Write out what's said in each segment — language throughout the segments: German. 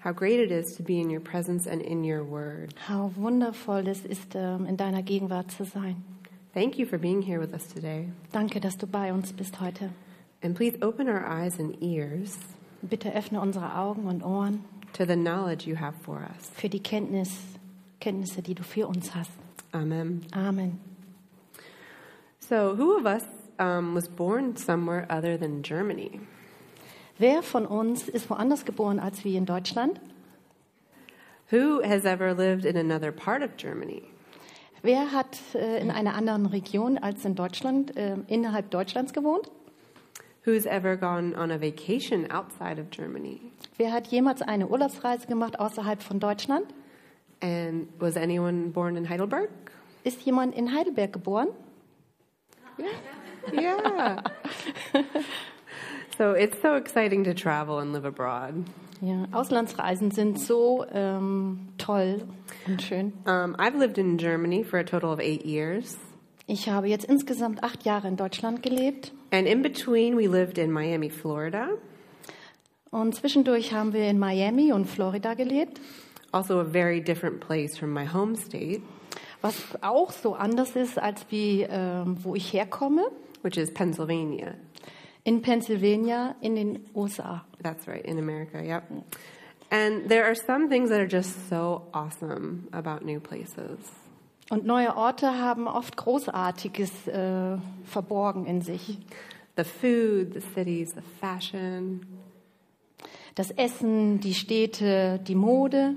How great it is to be in your presence and in your word. How wundervoll es ist, ähm, in deiner Gegenwart zu sein. Thank you for being here with us today. Danke, dass du bei uns bist heute. And please open our eyes and ears Bitte öffne unsere Augen und Ohren to the knowledge you have for us. für die Kenntnis, Kenntnisse, die du für uns hast. Amen. Amen. So, who of us um, was born somewhere other than Germany? Wer von uns ist woanders geboren als wir in Deutschland? Who has ever lived in another part of Germany? Wer hat äh, in einer anderen Region als in Deutschland, äh, innerhalb Deutschlands gewohnt? Who's ever gone on a vacation outside of Germany? Wer hat jemals eine Urlaubsreise gemacht außerhalb von Deutschland? And was anyone born in Heidelberg? Ist jemand in Heidelberg geboren? Yeah. so, it's so exciting to travel and live abroad. Ja, Auslandsreisen sind so ähm, toll und schön. Um, I've lived in Germany for a total of eight years. Ich habe jetzt insgesamt acht Jahre in Deutschland gelebt And in between, we lived in Miami, Florida, und zwischendurch haben wir in Miami und Florida gelebt, also a very different place from my home state, was auch so anders ist als wie ähm, wo ich herkomme, which is Pennsylvania. in Pennsylvania in den USA. That's right, in America, yep. And there are some things that are just so awesome about new places. Und neue Orte haben oft Großartiges äh, verborgen in sich. The food, the cities, the fashion. Das Essen, die Städte, die Mode.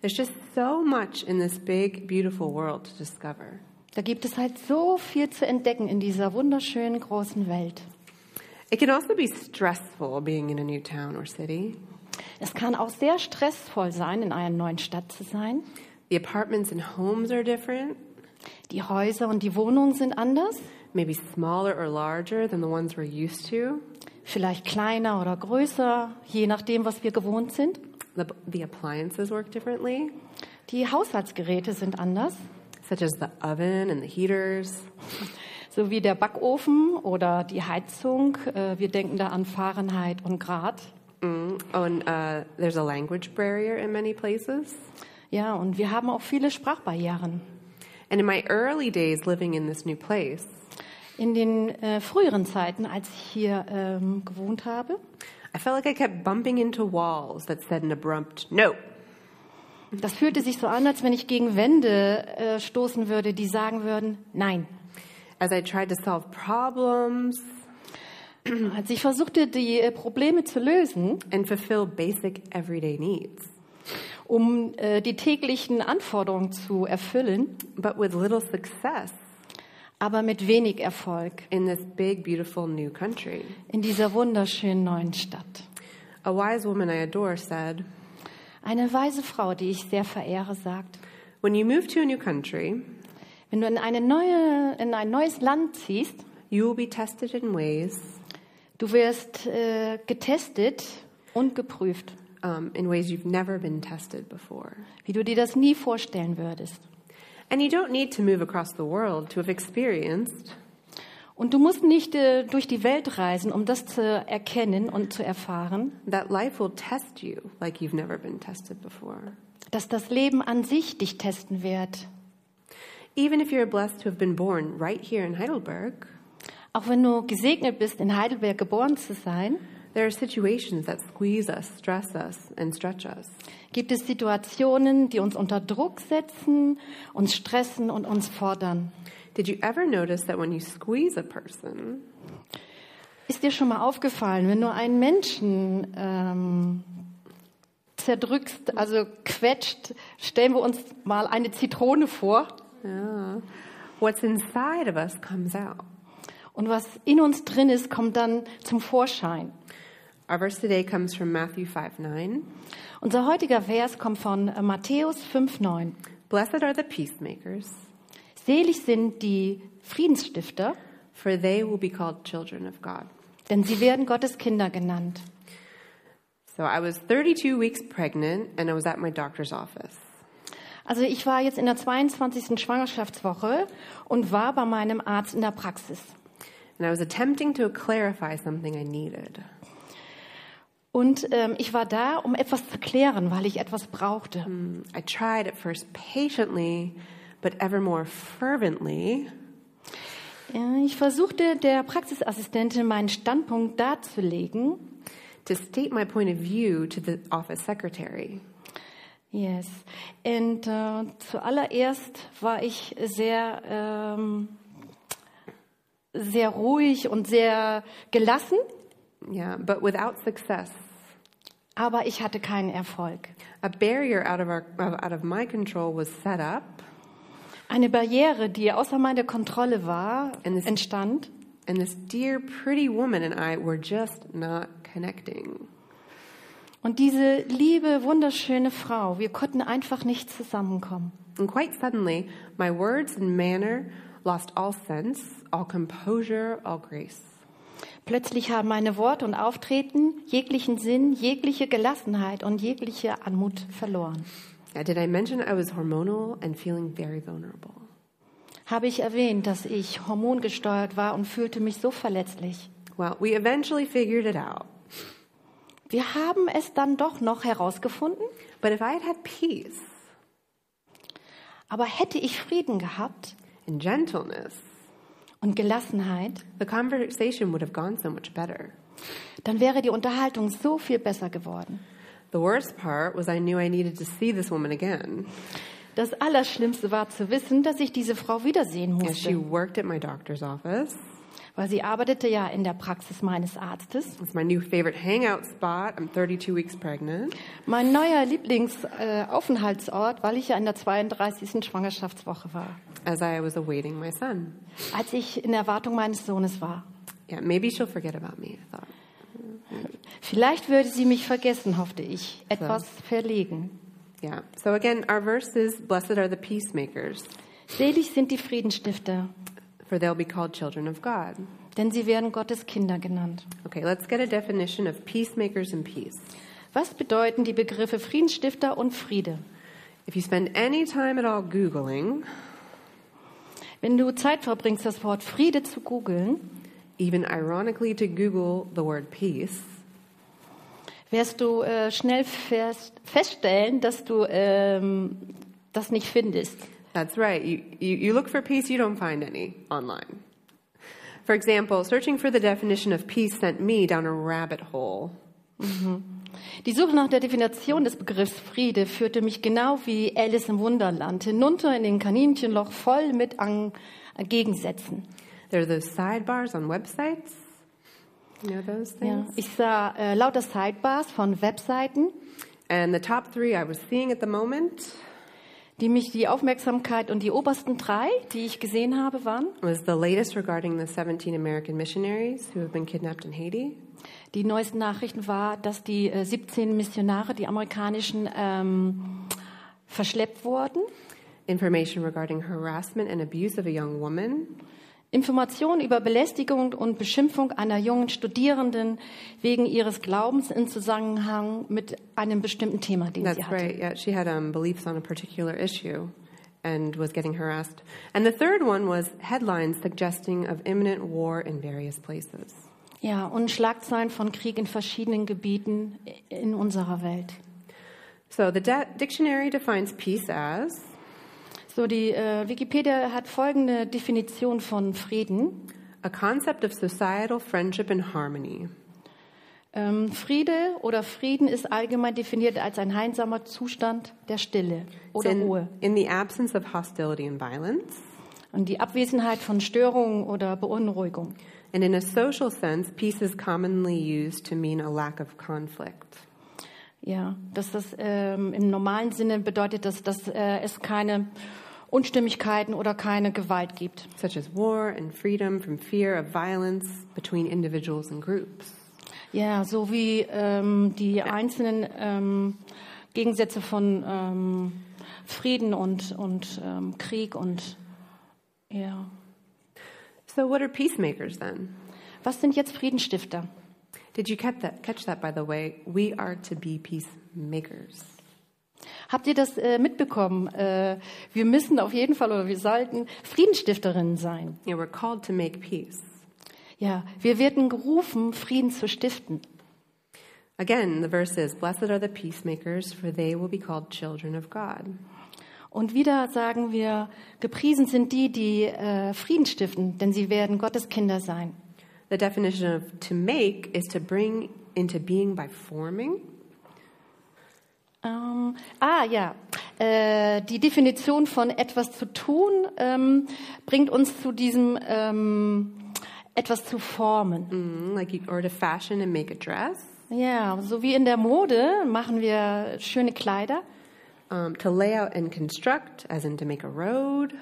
There's just so much in this big, beautiful world to discover. Da gibt es halt so viel zu entdecken in dieser wunderschönen großen Welt. It can also be stressful being in a new town or city. Es kann auch sehr stressvoll sein, in einer neuen Stadt zu sein. The apartments and homes are different, Die Häuser und die Wohnungen sind anders, maybe smaller or larger than the ones we're used to. vielleicht kleiner oder größer, je nachdem, was wir gewohnt sind. The, the appliances work differently, Die Haushaltsgeräte sind anders, such as the oven and the heaters. so wie der Backofen oder die Heizung. Äh, Wir denken da an Fahrenheit und Grad. Mm. Oh, and uh, there's a language barrier in many places. Ja, und wir haben auch viele Sprachbarrieren. And in my early days living in this new place, In den äh, früheren Zeiten, als ich hier ähm, gewohnt habe, I felt like I kept bumping into walls that said an abrupt no. das fühlte sich so an, als wenn ich gegen Wände äh, stoßen würde, die sagen würden, nein. As I tried to solve problems Als ich versuchte, die äh, Probleme zu lösen, and fulfill basic everyday needs, um äh, die täglichen Anforderungen zu erfüllen, but with little success aber mit wenig Erfolg in this big, beautiful new country. in dieser wunderschönen neuen Stadt. A wise woman I adore said, Eine weise Frau, die ich sehr verehre, sagt, When you move to a new country, wenn du in, eine neue, in ein neues Land ziehst, you will be tested in ways du wirst äh, getestet und geprüft, um, in ways you've never been tested before. wie du dir das nie vorstellen würdest. And you don't need to move across the world to have experienced Und du musst nicht äh, durch die Welt reisen, um das zu erkennen und zu erfahren, that life will test you like you've never been tested before. dass das Leben an sich dich testen wird. Even if you're blessed to have been born right here in Heidelberg, Auch wenn du gesegnet bist, in Heidelberg geboren zu sein, there are situations that squeeze us, stress us, and stretch us. gibt es Situationen, die uns unter Druck setzen, uns stressen und uns fordern. Did you ever notice that when you squeeze a person, Ist dir schon mal aufgefallen, wenn du einen Menschen ähm, zerdrückst, also quetscht, stellen wir uns mal eine Zitrone vor yeah, ah, what's inside of us comes out? und was in uns drin ist, kommt dann zum Vorschein. Our verse today comes from Matthew 5 9. Unser heutiger Vers kommt von äh, Matthäus 5,9. Blessed are the peacemakers, Selig sind die Friedensstifter, for they will be called children of God. denn sie werden Gottes Kinder genannt. So I was 32 weeks pregnant and I was at my doctor's office. Also ich war jetzt in der 22. Schwangerschaftswoche und war bei meinem Arzt in der Praxis. And I was attempting to clarify something I needed. Und ähm, ich war da, um etwas zu klären, weil ich etwas brauchte. I tried at first patiently, but ever more fervently Äh, Ich versuchte der Praxisassistentin meinen Standpunkt darzulegen. to state my point of view to the office secretary. Yes. Und äh, zuallererst war ich sehr, ähm, sehr ruhig und sehr gelassen, Yeah, but without success. aber ich hatte keinen Erfolg. A barrier out of, our, of- out of my control was set up, Eine Barriere, die außer meiner Kontrolle war, And this- entstand. and this dear, pretty woman and I were just not connecting. Und diese liebe, wunderschöne Frau, wir konnten einfach nicht zusammenkommen. And quite suddenly, my words and manner lost all sense, all composure, all grace. Plötzlich haben meine Worte und Auftreten jeglichen Sinn, jegliche Gelassenheit und jegliche Anmut verloren. Now, did I mention I was hormonal and feeling very vulnerable? Habe ich erwähnt, dass ich hormongesteuert war und fühlte mich so verletzlich? Well, we eventually figured it out. Wir haben es dann doch noch herausgefunden, But if I had had peace aber hätte ich Frieden gehabt and gentleness, und Gelassenheit, the conversation would have gone so much better. dann wäre die Unterhaltung so viel besser geworden. The worst part was I knew I needed to see this woman again. Das Allerschlimmste war zu wissen, dass ich diese Frau wiedersehen As she musste, worked at my doctor's office, weil sie arbeitete ja in der Praxis meines Arztes. it's my new favorite hangout spot. I'm 32 weeks pregnant. Mein neuer Lieblingsaufenthaltsort, weil ich ja in der 32. Schwangerschaftswoche war, As I was awaiting my son. als ich in Erwartung meines Sohnes war. Yeah, maybe she'll forget about me, I thought. Vielleicht würde sie mich vergessen, hoffte ich, etwas verlegen. Yeah. So again, our verse is Blessed are the peacemakers, Selig sind die Friedenstifter, for they'll be called children of God. denn sie werden Gottes Kinder genannt. Okay, let's get a definition of peacemakers and peace. Was bedeuten die Begriffe Friedenstifter und Friede? If you spend any time at all Googling, Wenn du Zeit verbringst, das Wort Friede zu googeln, even ironically to Google the word peace, wirst du äh, schnell fest, feststellen, dass du ähm, das nicht findest. that's right, you, you, you look for peace, you don't find any online. For example, searching for the definition of peace sent me down a rabbit hole. Die Suche nach der Definition des Begriffs Friede führte mich genau wie Alice im Wunderland hinunter in den Kaninchenloch voll mit An Gegensätzen. There are those sidebars on websites. You know those Ja. things? Ich sah äh, lauter Sidebars von Webseiten, And the top three I was seeing at the moment die mich die Aufmerksamkeit und die obersten drei, die ich gesehen habe, waren was the latest regarding the 17 American missionaries who have been kidnapped in Haiti. die neuesten Nachrichten war, dass die äh, 17 Missionare, die amerikanischen, ähm, verschleppt wurden. Information regarding harassment and abuse of a young woman. Informationen über Belästigung und Beschimpfung einer jungen Studierenden wegen ihres Glaubens in Zusammenhang mit einem bestimmten Thema, den sie That's hatte. right. Yeah, she had um, beliefs on a particular issue and was getting harassed. And the third one was headlines suggesting of imminent war in various places. Ja, und Schlagzeilen von Krieg in verschiedenen Gebieten in unserer Welt. So the de- dictionary defines peace as So, die äh, Wikipedia hat folgende Definition von Frieden. a concept of societal friendship and harmony. Ähm, Friede oder Frieden ist allgemein definiert als ein heilsamer Zustand der Stille It's oder in- Ruhe in the absence of hostility and violence. und die Abwesenheit von Störungen oder Beunruhigung. And in a social sense, peace is commonly used to mean a lack of conflict. Ja, dass das ähm, im normalen Sinne bedeutet, dass, dass äh, es keine Unstimmigkeiten oder keine Gewalt gibt. such as war and freedom from fear of violence between individuals and groups. Ja, so wie ähm, die einzelnen ähm, Gegensätze von ähm, Frieden und, und ähm, Krieg und ja. So, what are peacemakers then? Was sind jetzt Friedenstifter? Did you catch that, catch that, by the way? We are to be peacemakers. Habt ihr das äh, mitbekommen? Äh, wir müssen auf jeden Fall oder wir sollten Friedensstifterinnen sein. You know, we're called to make peace. Ja, wir werden gerufen, Frieden zu stiften. Again, the verse is Blessed are the peacemakers, for they will be called children of God. Und wieder sagen wir, gepriesen sind die, die äh, Frieden stiften, denn sie werden Gottes Kinder sein. The definition of to make is to bring into being by forming. Ähm, ah ja, äh, die Definition von etwas zu tun ähm, bringt uns zu diesem ähm, etwas zu formen. Mm, like you, or to fashion and make a dress. Ja, so wie in der Mode machen wir schöne Kleider. Um, to lay out and construct, as in to make a road.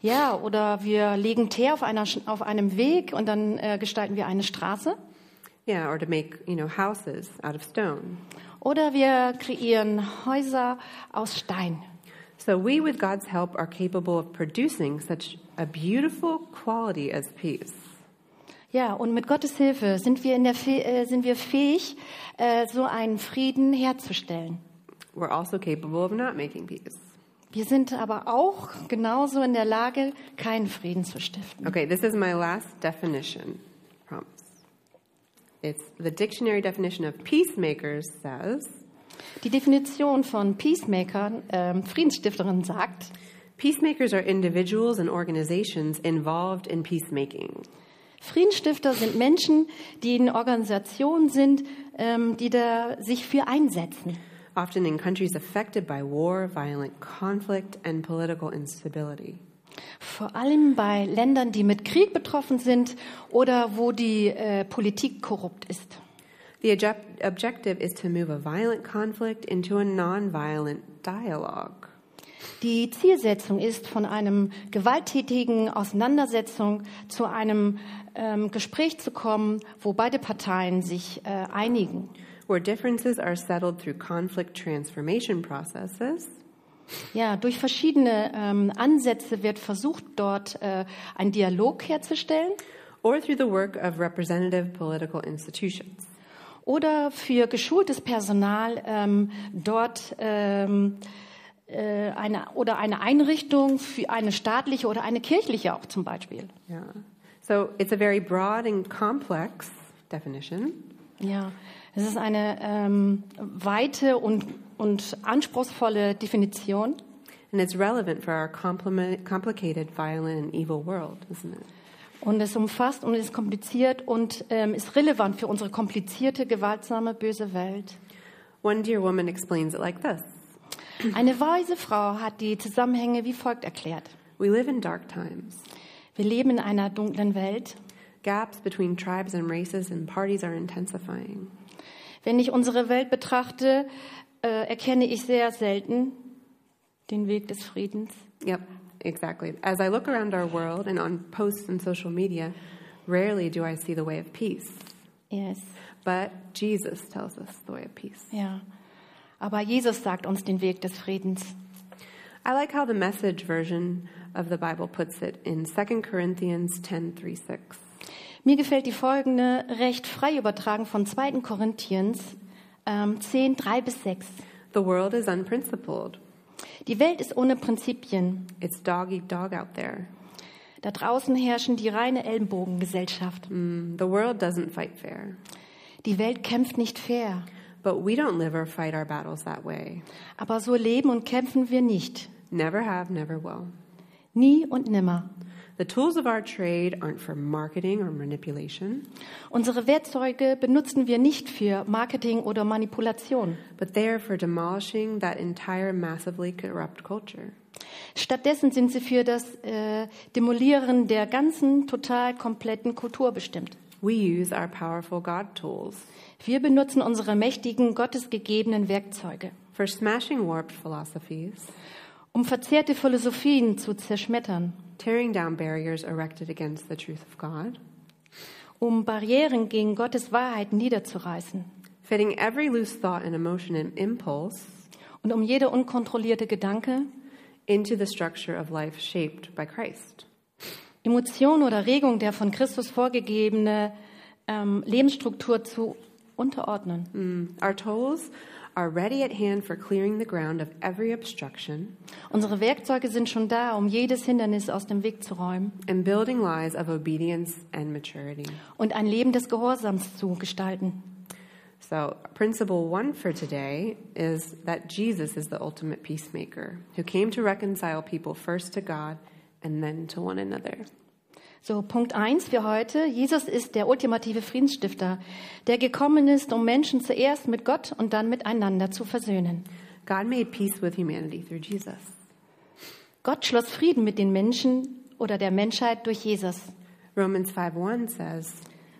Ja, oder wir legen Teer auf, einer, Sch- auf einem Weg und dann äh, gestalten wir eine Straße. Yeah, or to make, you know, houses out of stone. Oder wir kreieren Häuser aus Stein. So we, with God's help, are capable of producing such a beautiful quality as peace. Ja, und mit Gottes Hilfe sind wir, in der Fäh- äh, sind wir fähig, äh, so einen Frieden herzustellen. We're also capable of not making peace. Wir sind aber auch genauso in der Lage, keinen Frieden zu stiften. Okay, this is my last definition, promise. It's the dictionary definition of peacemakers says Die Definition von Peacemakern, ähm, Friedensstifterin sagt, peacemakers are individuals and organizations involved in peacemaking. Friedensstifter sind Menschen, die in Organisationen sind, ähm, die da sich für einsetzen. often in countries affected by war, violent conflict, and political instability. Vor allem bei Ländern, die mit Krieg betroffen sind oder wo die äh, Politik korrupt ist. The object- objective is to move a violent conflict into a nonviolent dialogue. Die Zielsetzung ist, von einem gewalttätigen Auseinandersetzung zu einem ähm, Gespräch zu kommen, wo beide Parteien sich äh, einigen, Where differences are settled through conflict transformation processes, Ja, durch verschiedene ähm, Ansätze wird versucht, dort äh, einen Dialog herzustellen or through the work of representative political institutions. oder für geschultes Personal ähm, dort ähm, äh, eine, oder eine Einrichtung für eine staatliche oder eine kirchliche auch zum Beispiel. Yeah. So it's a very broad and complex definition. Ja, es ist eine ähm, weite und, und anspruchsvolle Definition. And it's relevant for our compliment- complicated, violent, and evil world, isn't it? Und es umfasst und ist kompliziert und ähm, ist relevant für unsere komplizierte, gewaltsame, böse Welt. One dear woman explains it like this Eine weise Frau hat die Zusammenhänge wie folgt erklärt. We live in dark times. Wir leben in einer dunklen Welt. Gaps between tribes and races and parties are intensifying. Wenn ich unsere Welt betrachte, äh, erkenne ich sehr selten den Weg des Friedens. Yep, exactly. As I look around our world and on posts and social media, rarely do I see the way of peace. Yes. But Jesus tells us the way of peace. Ja. Aber Jesus sagt uns den Weg des Friedens. I like how the message version of the Bible puts it in 2 Corinthians 10 3 6. Mir gefällt die folgende recht frei übertragen von 2. Korinthiens ähm, 10, 3 bis 6. The world is unprincipled. Die Welt ist ohne Prinzipien. It's dog eat dog out there. Da draußen herrschen die reine Ellenbogengesellschaft. Mm, The world doesn't fight fair. Die Welt kämpft nicht fair. But we don't live or fight our battles that way. Aber so leben und kämpfen wir nicht. Never have, never will. Nie und nimmer. The tools of our trade aren't for marketing or manipulation, Unsere Werkzeuge benutzen wir nicht für Marketing oder Manipulation. but they are for demolishing that entire massively corrupt culture. Stattdessen sind sie für das äh, Demolieren der ganzen, total kompletten Kultur bestimmt. We use our powerful God tools Wir benutzen unsere mächtigen, gottesgegebenen Werkzeuge, for smashing warped philosophies, um verzerrte Philosophien zu zerschmettern, tearing down barriers erected against the truth of God, um Barrieren gegen Gottes Wahrheit niederzureißen fitting every loose thought and emotion and impulse und um jede unkontrollierte Gedanke, into the structure of life shaped by Christ. Emotion oder Regung der von Christus vorgegebene ähm, Lebensstruktur zu unterordnen. Mm. Our tools are ready at hand for clearing the ground of every obstruction Unsere Werkzeuge sind schon da, um jedes Hindernis aus dem Weg zu räumen and building lives of obedience and maturity. und ein Leben des Gehorsams zu gestalten. So, principle one for today is that Jesus is the ultimate peacemaker who came to reconcile people first to God and then to one another. So, Punkt eins für heute. Jesus ist der ultimative Friedensstifter, der gekommen ist, um Menschen zuerst mit Gott und dann miteinander zu versöhnen. God made peace with humanity through Jesus. Gott schloss Frieden mit den Menschen oder der Menschheit durch Jesus. Romans 5:1 says,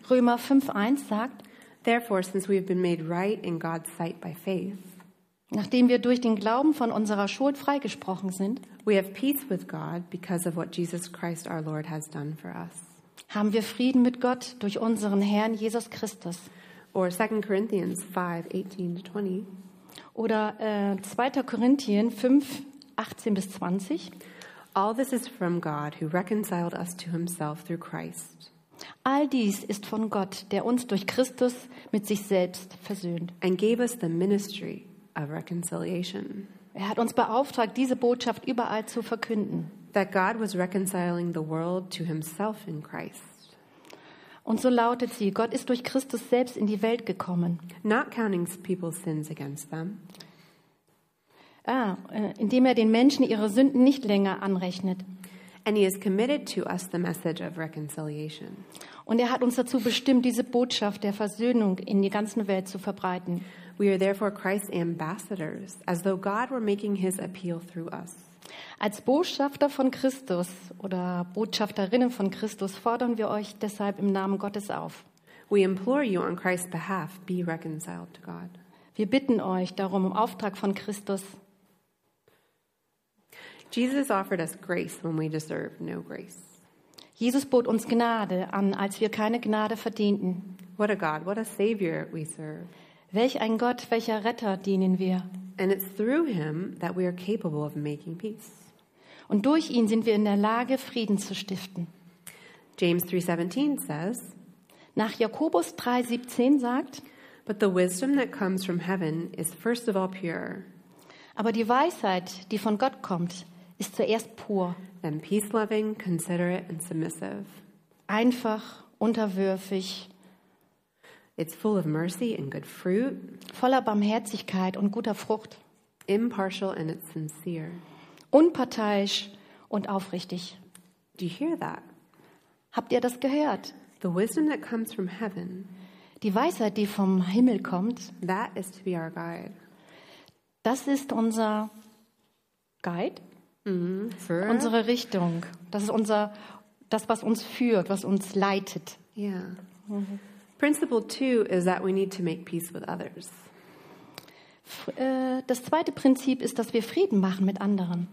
Römer 5.1 sagt, Therefore, since we have been made right in God's sight by faith, nachdem wir durch den Glauben von unserer Schuld freigesprochen sind, we have peace with God because of what Jesus Christ our Lord has done for us. haben wir Frieden mit Gott durch unseren Herrn Jesus Christus. Or 2 Corinthians 5:18 to 20. Oder äh, 2. Korinthen 5, 18 bis 20. All this is from God who reconciled us to himself through Christ All dies ist von Gott, der uns durch Christus mit sich selbst versöhnt. and gave us the ministry of reconciliation. Er hat uns beauftragt, diese Botschaft überall zu verkünden. That God was reconciling the world to himself in Christ, Und so lautet sie, Gott ist durch Christus selbst in die Welt gekommen, not counting people's sins against them. ah, äh, indem er den Menschen ihre Sünden nicht länger anrechnet. And he has committed to us the message of reconciliation. Und er hat uns dazu bestimmt, diese Botschaft der Versöhnung in die ganze Welt zu verbreiten. We are therefore Christ's ambassadors, as though God were making his appeal through us. Als Botschafter von Christus oder Botschafterinnen von Christus fordern wir euch deshalb im Namen Gottes auf. We implore you on Christ's behalf, be reconciled to God. Wir bitten euch darum im Auftrag von Christus. Jesus offered us grace when we deserved no grace. Jesus bot uns Gnade an, als wir keine Gnade verdienten. What a God, what a Savior we serve. Welch ein Gott, welcher Retter dienen wir. And it's through him that we are capable of making peace. Und durch ihn sind wir in der Lage, Frieden zu stiften. James 3:17 says, Nach Jakobus 3,17 sagt, "But the wisdom that comes from heaven is first of all pure, aber die Weisheit, die von Gott kommt, ist zuerst pur, then peace-loving, considerate, and submissive. einfach, unterwürfig, It's full of mercy and good fruit, voller Barmherzigkeit und guter Frucht, impartial and it's sincere." unparteiisch und aufrichtig. Do you hear that? Habt ihr das gehört? The wisdom that comes from heaven, Die Weisheit, die vom Himmel kommt, that is to be our guide. das ist unser Guide, For unsere Richtung. Das ist unser, das, was uns führt, was uns leitet. yeah. Principle 2 is that we need to make peace with others. F- äh, Das zweite Prinzip ist, dass wir Frieden machen mit anderen.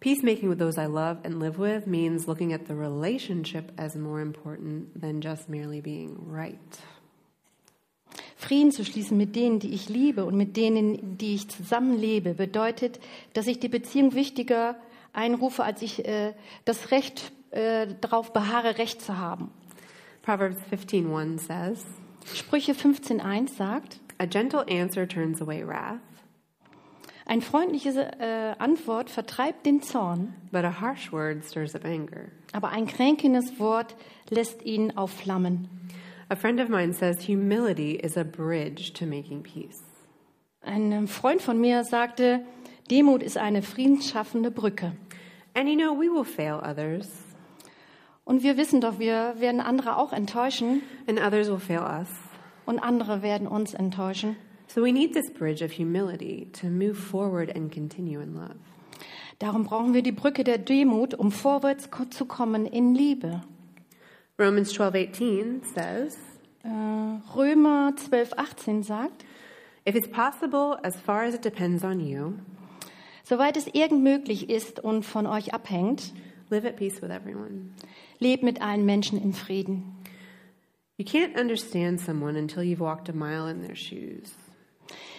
Peacemaking with those I love and live with means looking at the relationship as more important than just merely being right. Frieden zu schließen mit denen, die ich liebe und mit denen, die ich zusammenlebe, bedeutet, dass ich die Beziehung wichtiger einrufe, als ich äh, das Recht äh, darauf beharre, Recht zu haben. Proverbs 15:1 says, Sprüche 15.1 sagt, "A gentle answer turns away wrath, ein freundliche äh, Antwort vertreibt den Zorn, but a harsh word stirs up anger." aber ein kränkendes Wort lässt ihn aufflammen. A friend of mine says humility is a bridge to making peace. Ein Freund von mir sagte, Demut ist eine friedensschaffende Brücke. And you know, we will fail others, Und wir wissen doch, wir werden andere auch enttäuschen and others will fail us. und andere werden uns enttäuschen. So we need this bridge of humility to move forward and continue in love. Darum brauchen wir die Brücke der Demut, um vorwärts ko- zu kommen in Liebe. Romans 12:18 says, Äh, Römer 12, 18 sagt, "If it's possible, as far as it depends on you, soweit es irgend möglich ist und von euch abhängt, live at peace with everyone." lebt mit allen Menschen in Frieden. You can't understand someone until you've walked a mile in their shoes.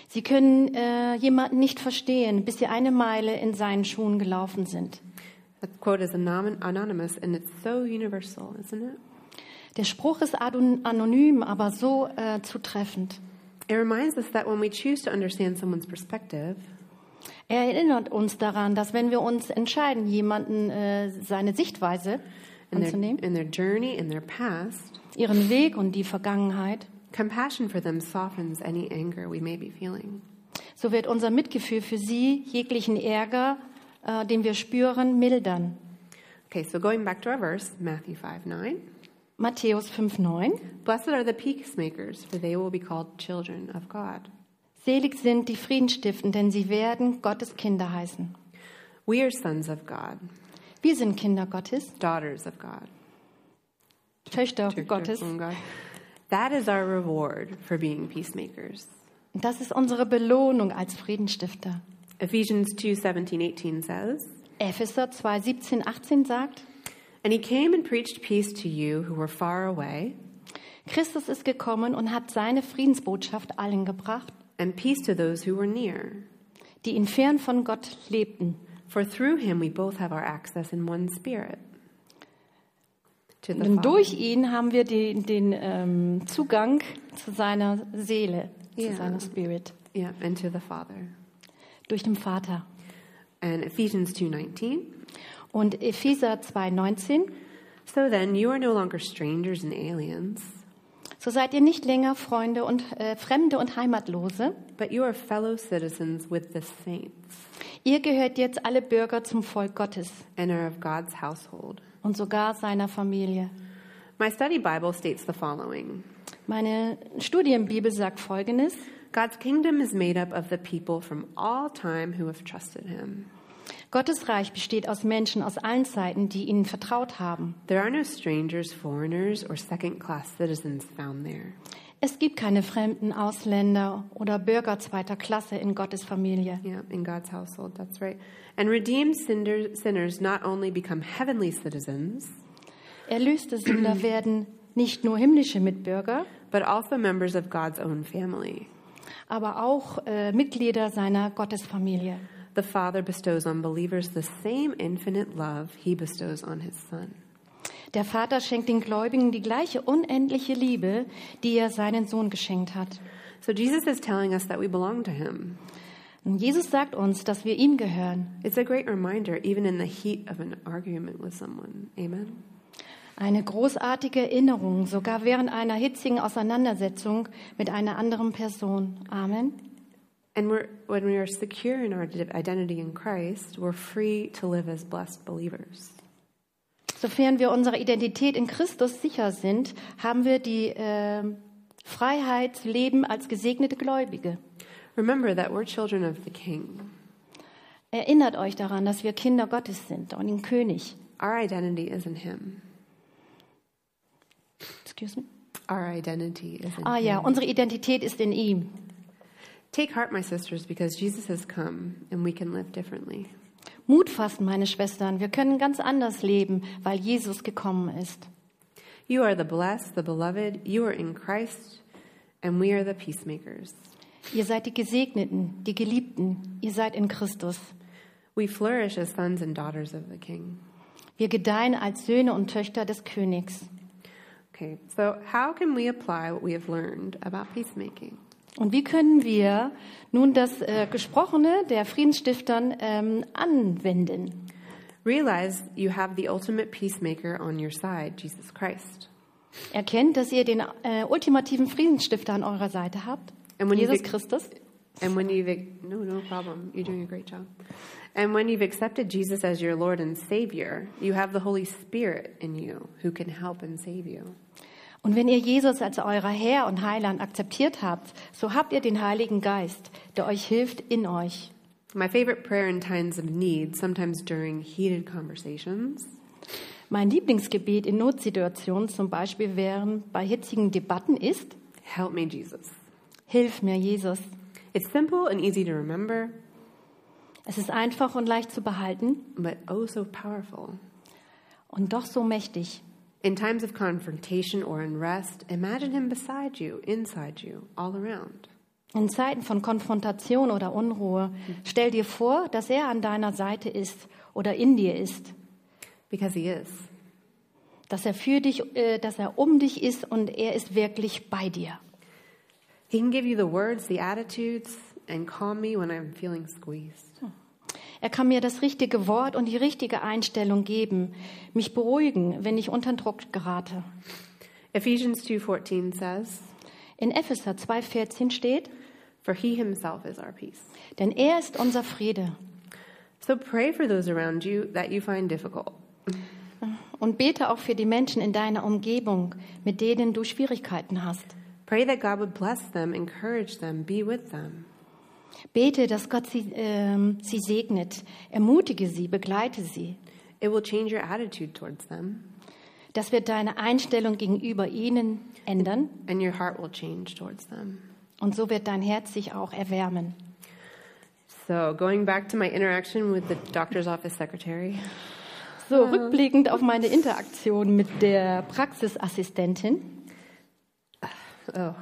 Sie können äh, jemanden nicht verstehen, bis sie eine Meile in seinen Schuhen gelaufen sind. That quote is anon- anonymous and it's so universal, isn't it? Der Spruch ist adon- anonym, aber so äh, zutreffend. It reminds us that when we choose to understand someone's perspective, Er erinnert uns daran, dass wenn wir uns entscheiden, jemanden äh, seine Sichtweise in their, anzunehmen, in their journey, in their past, ihren Weg und die Vergangenheit, Compassion for them softens any anger we may be feeling. So wird unser Mitgefühl für sie jeglichen Ärger, äh, den wir spüren, mildern. Okay, so going back to our verse, Matthew 5 9. Matthäus 5,9. Blessed are the peacemakers, for they will be called children of God. Selig sind die Frieden stiften, denn sie werden Gottes Kinder heißen. We are sons of God, Wir sind Kinder Gottes, daughters of God. Töchter Children Gottes. of God. That is our reward for being peacemakers. Und das ist unsere Belohnung als Friedenstifter. Ephesians 2 17, 18 says, Epheser 2, 17, 18 sagt, And he came and preached peace to you who were far away, Christus ist gekommen und hat seine Friedensbotschaft allen gebracht, and peace to those who were near. die in Fern von Gott lebten. For through him we both have our access in one spirit. To the Denn Father. durch ihn haben wir den, den ähm, Zugang zu seiner Seele, Ja. zu seinem Spirit, Yeah, and to the Father. durch den Vater. And Ephesians 2:19. Und Epheser 2,19, So then you are no longer strangers and aliens, so seid ihr nicht länger Freunde und äh, Fremde und Heimatlose. but you are fellow citizens with the saints Ihr gehört jetzt alle Bürger zum Volk Gottes and are of God's household. und sogar seiner Familie. My study Bible states the following. Meine Studienbibel sagt Folgendes. God's kingdom is made up of the people from all time who have trusted him. Gottes Reich besteht aus Menschen aus allen Zeiten, die ihnen vertraut haben. There are no strangers, foreigners, or second class citizens found there. Es gibt keine fremden Ausländer oder Bürger zweiter Klasse in Gottes Familie. Yeah, in God's household, that's right. And redeemed sinner, sinners not only become heavenly citizens, Erlöste Sünder werden nicht nur himmlische Mitbürger, but also members of God's own family. aber auch äh, Mitglieder seiner Gottesfamilie. The Father bestows on believers the same infinite love he bestows on his Son. Der Vater schenkt den Gläubigen die gleiche unendliche Liebe, die er seinen Sohn geschenkt hat. So Jesus is telling us that we belong to him. Und Jesus sagt uns, dass wir ihm gehören. It's a great reminder, even in the heat of an argument with someone. Amen. Eine großartige Erinnerung, sogar während einer hitzigen Auseinandersetzung mit einer anderen Person. Amen. And we're, when we are secure in our di- identity in Christ, we're free to live as blessed believers. Sofern wir unserer Identität in Christus sicher sind, haben wir die ähm, Freiheit zu leben als gesegnete Gläubige. Remember that we're children of the King. Erinnert euch daran, dass wir Kinder Gottes sind und den König. Our identity is in Him. Excuse me. Our identity is in Ah Him. ja, unsere Identität ist in ihm. Take heart, my sisters, because Jesus has come and we can live differently. Mut fassen, meine Schwestern. Wir können ganz anders leben, weil Jesus gekommen ist. You are the blessed, the beloved. You are in Christ, and we are the peacemakers. Ihr seid die Gesegneten, die Geliebten. Ihr seid in Christus. We flourish as sons and daughters of the King. Wir gedeihen als Söhne und Töchter des Königs. Okay, so how can we apply what we have learned about peacemaking? Und wie können wir nun das äh, Gesprochene der Friedensstiftern ähm, anwenden? Realize you have the ultimate peacemaker on your side, Jesus Christ. Erkennt, dass ihr den äh, ultimativen Friedensstifter an eurer Seite habt, And when you Jesus think- Christus. And when you've no no problem, you're doing a great job. And when you've accepted Jesus as your Lord and Savior, you have the Holy Spirit in you who can help and save you. Und wenn ihr Jesus als eurer Herr und Heiland akzeptiert habt, so habt ihr den Heiligen Geist, der euch hilft in euch. My favorite prayer in times of need, sometimes during heated conversations, Mein Lieblingsgebet in Notsituationen zum Beispiel während bei hitzigen Debatten ist, help me Jesus. Hilf mir, Jesus. It's simple and easy to remember, Es ist einfach und leicht zu behalten but oh so powerful. und doch so mächtig. In times of confrontation or unrest, imagine him beside you, inside you, all around. In Zeiten von Konfrontation oder Unruhe, stell dir vor, dass er an deiner Seite ist oder in dir ist, Because he is. dass er für dich, äh, dass er um dich ist und er ist wirklich bei dir. He can give you the words, the attitudes, and calm me when I'm feeling squeezed. Er kann mir das richtige Wort und die richtige Einstellung geben, mich beruhigen, wenn ich unter Druck gerate. Ephesians 2:14 says, In Epheser 2,14 steht, for he himself is our peace. denn er ist unser Friede. So pray for those around you that you find difficult. Und bete auch für die Menschen in deiner Umgebung, mit denen du Schwierigkeiten hast. Pray that God would bless them, encourage them, be with them. Bete, dass Gott sie, ähm, sie segnet. Ermutige sie, begleite sie. It will change your attitude towards them, Das wird deine Einstellung gegenüber ihnen ändern and your heart will change towards them. und so wird dein Herz sich auch erwärmen. So, going back to my interaction with the doctor's office secretary, So, rückblickend auf meine Interaktion mit der Praxisassistentin. oh,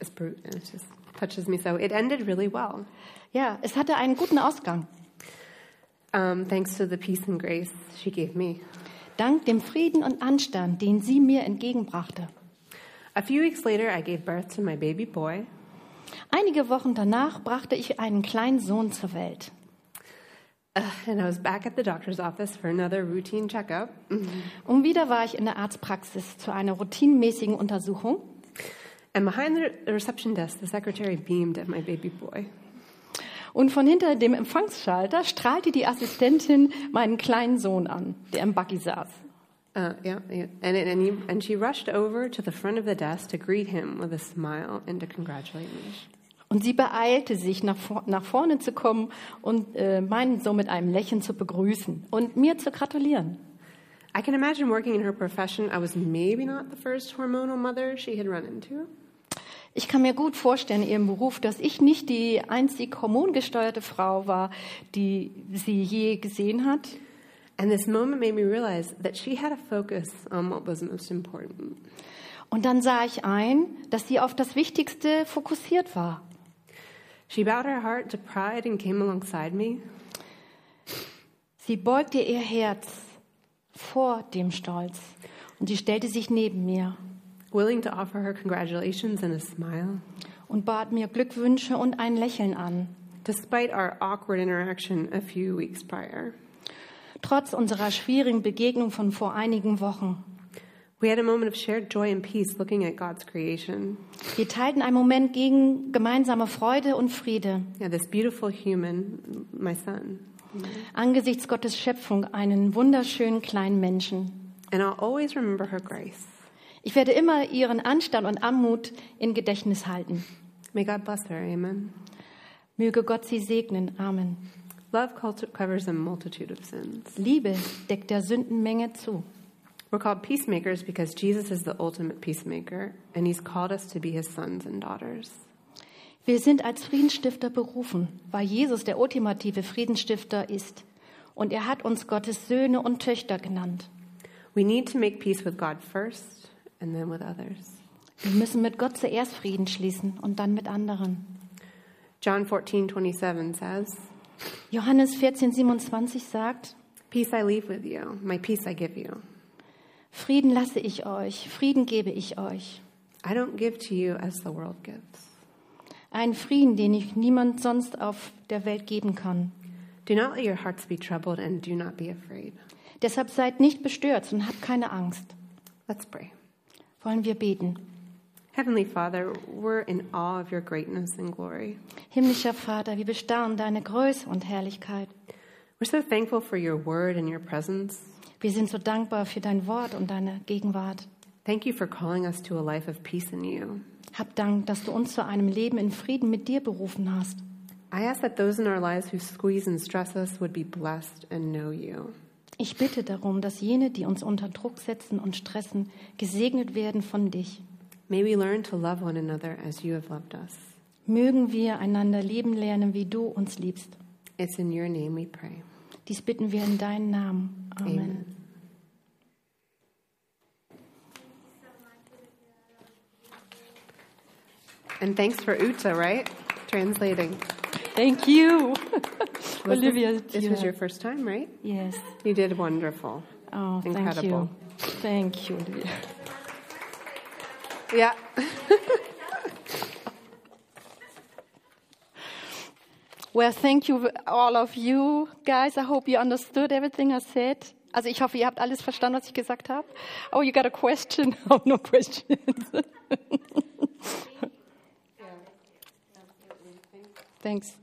it's brute. It just touches me so. It ended really well, Ja, es hatte einen guten Ausgang. um, thanks to the peace and grace she gave me. Dank dem Frieden und Anstand, den sie mir entgegenbrachte. A few weeks later, I gave birth to my baby boy. Einige Wochen danach brachte ich einen kleinen Sohn zur Welt. Uh, and I was back at the doctor's office for another routine checkup. Und wieder war ich in der Arztpraxis zu einer routinemäßigen Untersuchung. And behind the the reception desk, the secretary beamed at my baby boy. Und von hinter dem Empfangsschalter strahlte die Assistentin meinen kleinen Sohn an, der im Buggy saß. Uh, yeah, yeah. And, and, he, and she rushed over to the front of the desk to greet him with a smile and to congratulate me. Und sie beeilte sich, nach, vor nach vorne zu kommen und äh, meinen Sohn mit einem Lächeln zu begrüßen und mir zu gratulieren. I can imagine working in her profession, I was maybe not the first hormonal mother she had run into. Ich kann mir gut vorstellen in ihrem Beruf, dass ich nicht die einzig hormongesteuerte Frau war, die sie je gesehen hat. And this moment made me realize that she had a focus on what was most important. Und dann sah ich ein, dass sie auf das Wichtigste fokussiert war. She bowed her heart to pride and came alongside me. Sie beugte ihr Herz vor dem Stolz und sie stellte sich neben mir willing to offer her congratulations and a smile. und bat mir Glückwünsche und ein Lächeln an. Despite our awkward interaction a few weeks prior, Trotz unserer schwierigen Begegnung von vor einigen Wochen. we had a moment of shared joy and peace looking at God's creation. Wir teilten einen Moment gegen gemeinsame Freude und Friede, Yeah, this beautiful human, my son. angesichts Gottes Schöpfung einen wunderschönen kleinen Menschen. And I'll always remember her grace. Ich werde immer ihren Anstand und Anmut in Gedächtnis halten. May God bless her. Amen. Möge Gott sie segnen. Amen. Love cult- covers a multitude of sins. Liebe deckt der Sündenmenge zu. We're called peacemakers because Jesus is the ultimate peacemaker, and he's called us to be his sons and daughters. Wir sind als Friedensstifter berufen, weil Jesus der ultimative Friedensstifter ist. Und er hat uns Gottes Söhne und Töchter genannt. We need to make peace with God first and then with others. Wir müssen mit Gott zuerst Frieden schließen und dann mit anderen. John 14, 27 says, Johannes 14, 27 sagt, Peace I leave with you, my peace I give you. Frieden lasse ich euch, Frieden gebe ich euch. I don't give to you as the world gives. Einen Frieden, den ich niemand sonst auf der Welt geben kann. Do not let your hearts be troubled and do not be afraid. Deshalb seid nicht bestürzt und habt keine Angst. Let's pray. Wollen wir beten. Heavenly Father, we're in awe of your greatness and glory. Himmlischer Vater, wir bestaunen deine Größe und Herrlichkeit. We're so thankful for your word and your presence. Wir sind so dankbar für dein Wort und deine Gegenwart. Thank you for calling us to a life of peace in you. Hab Dank, dass du uns zu einem Leben in Frieden mit dir berufen hast. I ask that those in our lives who squeeze and stress us would be blessed and know you. Ich bitte darum, dass jene, die uns unter Druck setzen und stressen, gesegnet werden von dich. May we learn to love one another as you have loved us. Mögen wir einander lieben lernen, wie du uns liebst. It's in your name we pray. Dies bitten wir in deinen Namen. Amen. Amen. And thanks for Uta, right? Translating. Thank you. Was this- Olivia, This was your first time, right? Yes. You did wonderful. Oh, thank Incredible. you. Thank you, Olivia. Yeah. Well, thank you all of you guys. I hope you understood everything I said. Also ich hoffe, ihr habt alles verstanden, was ich gesagt habe. Oh, you got a question? Oh, no questions. Thanks.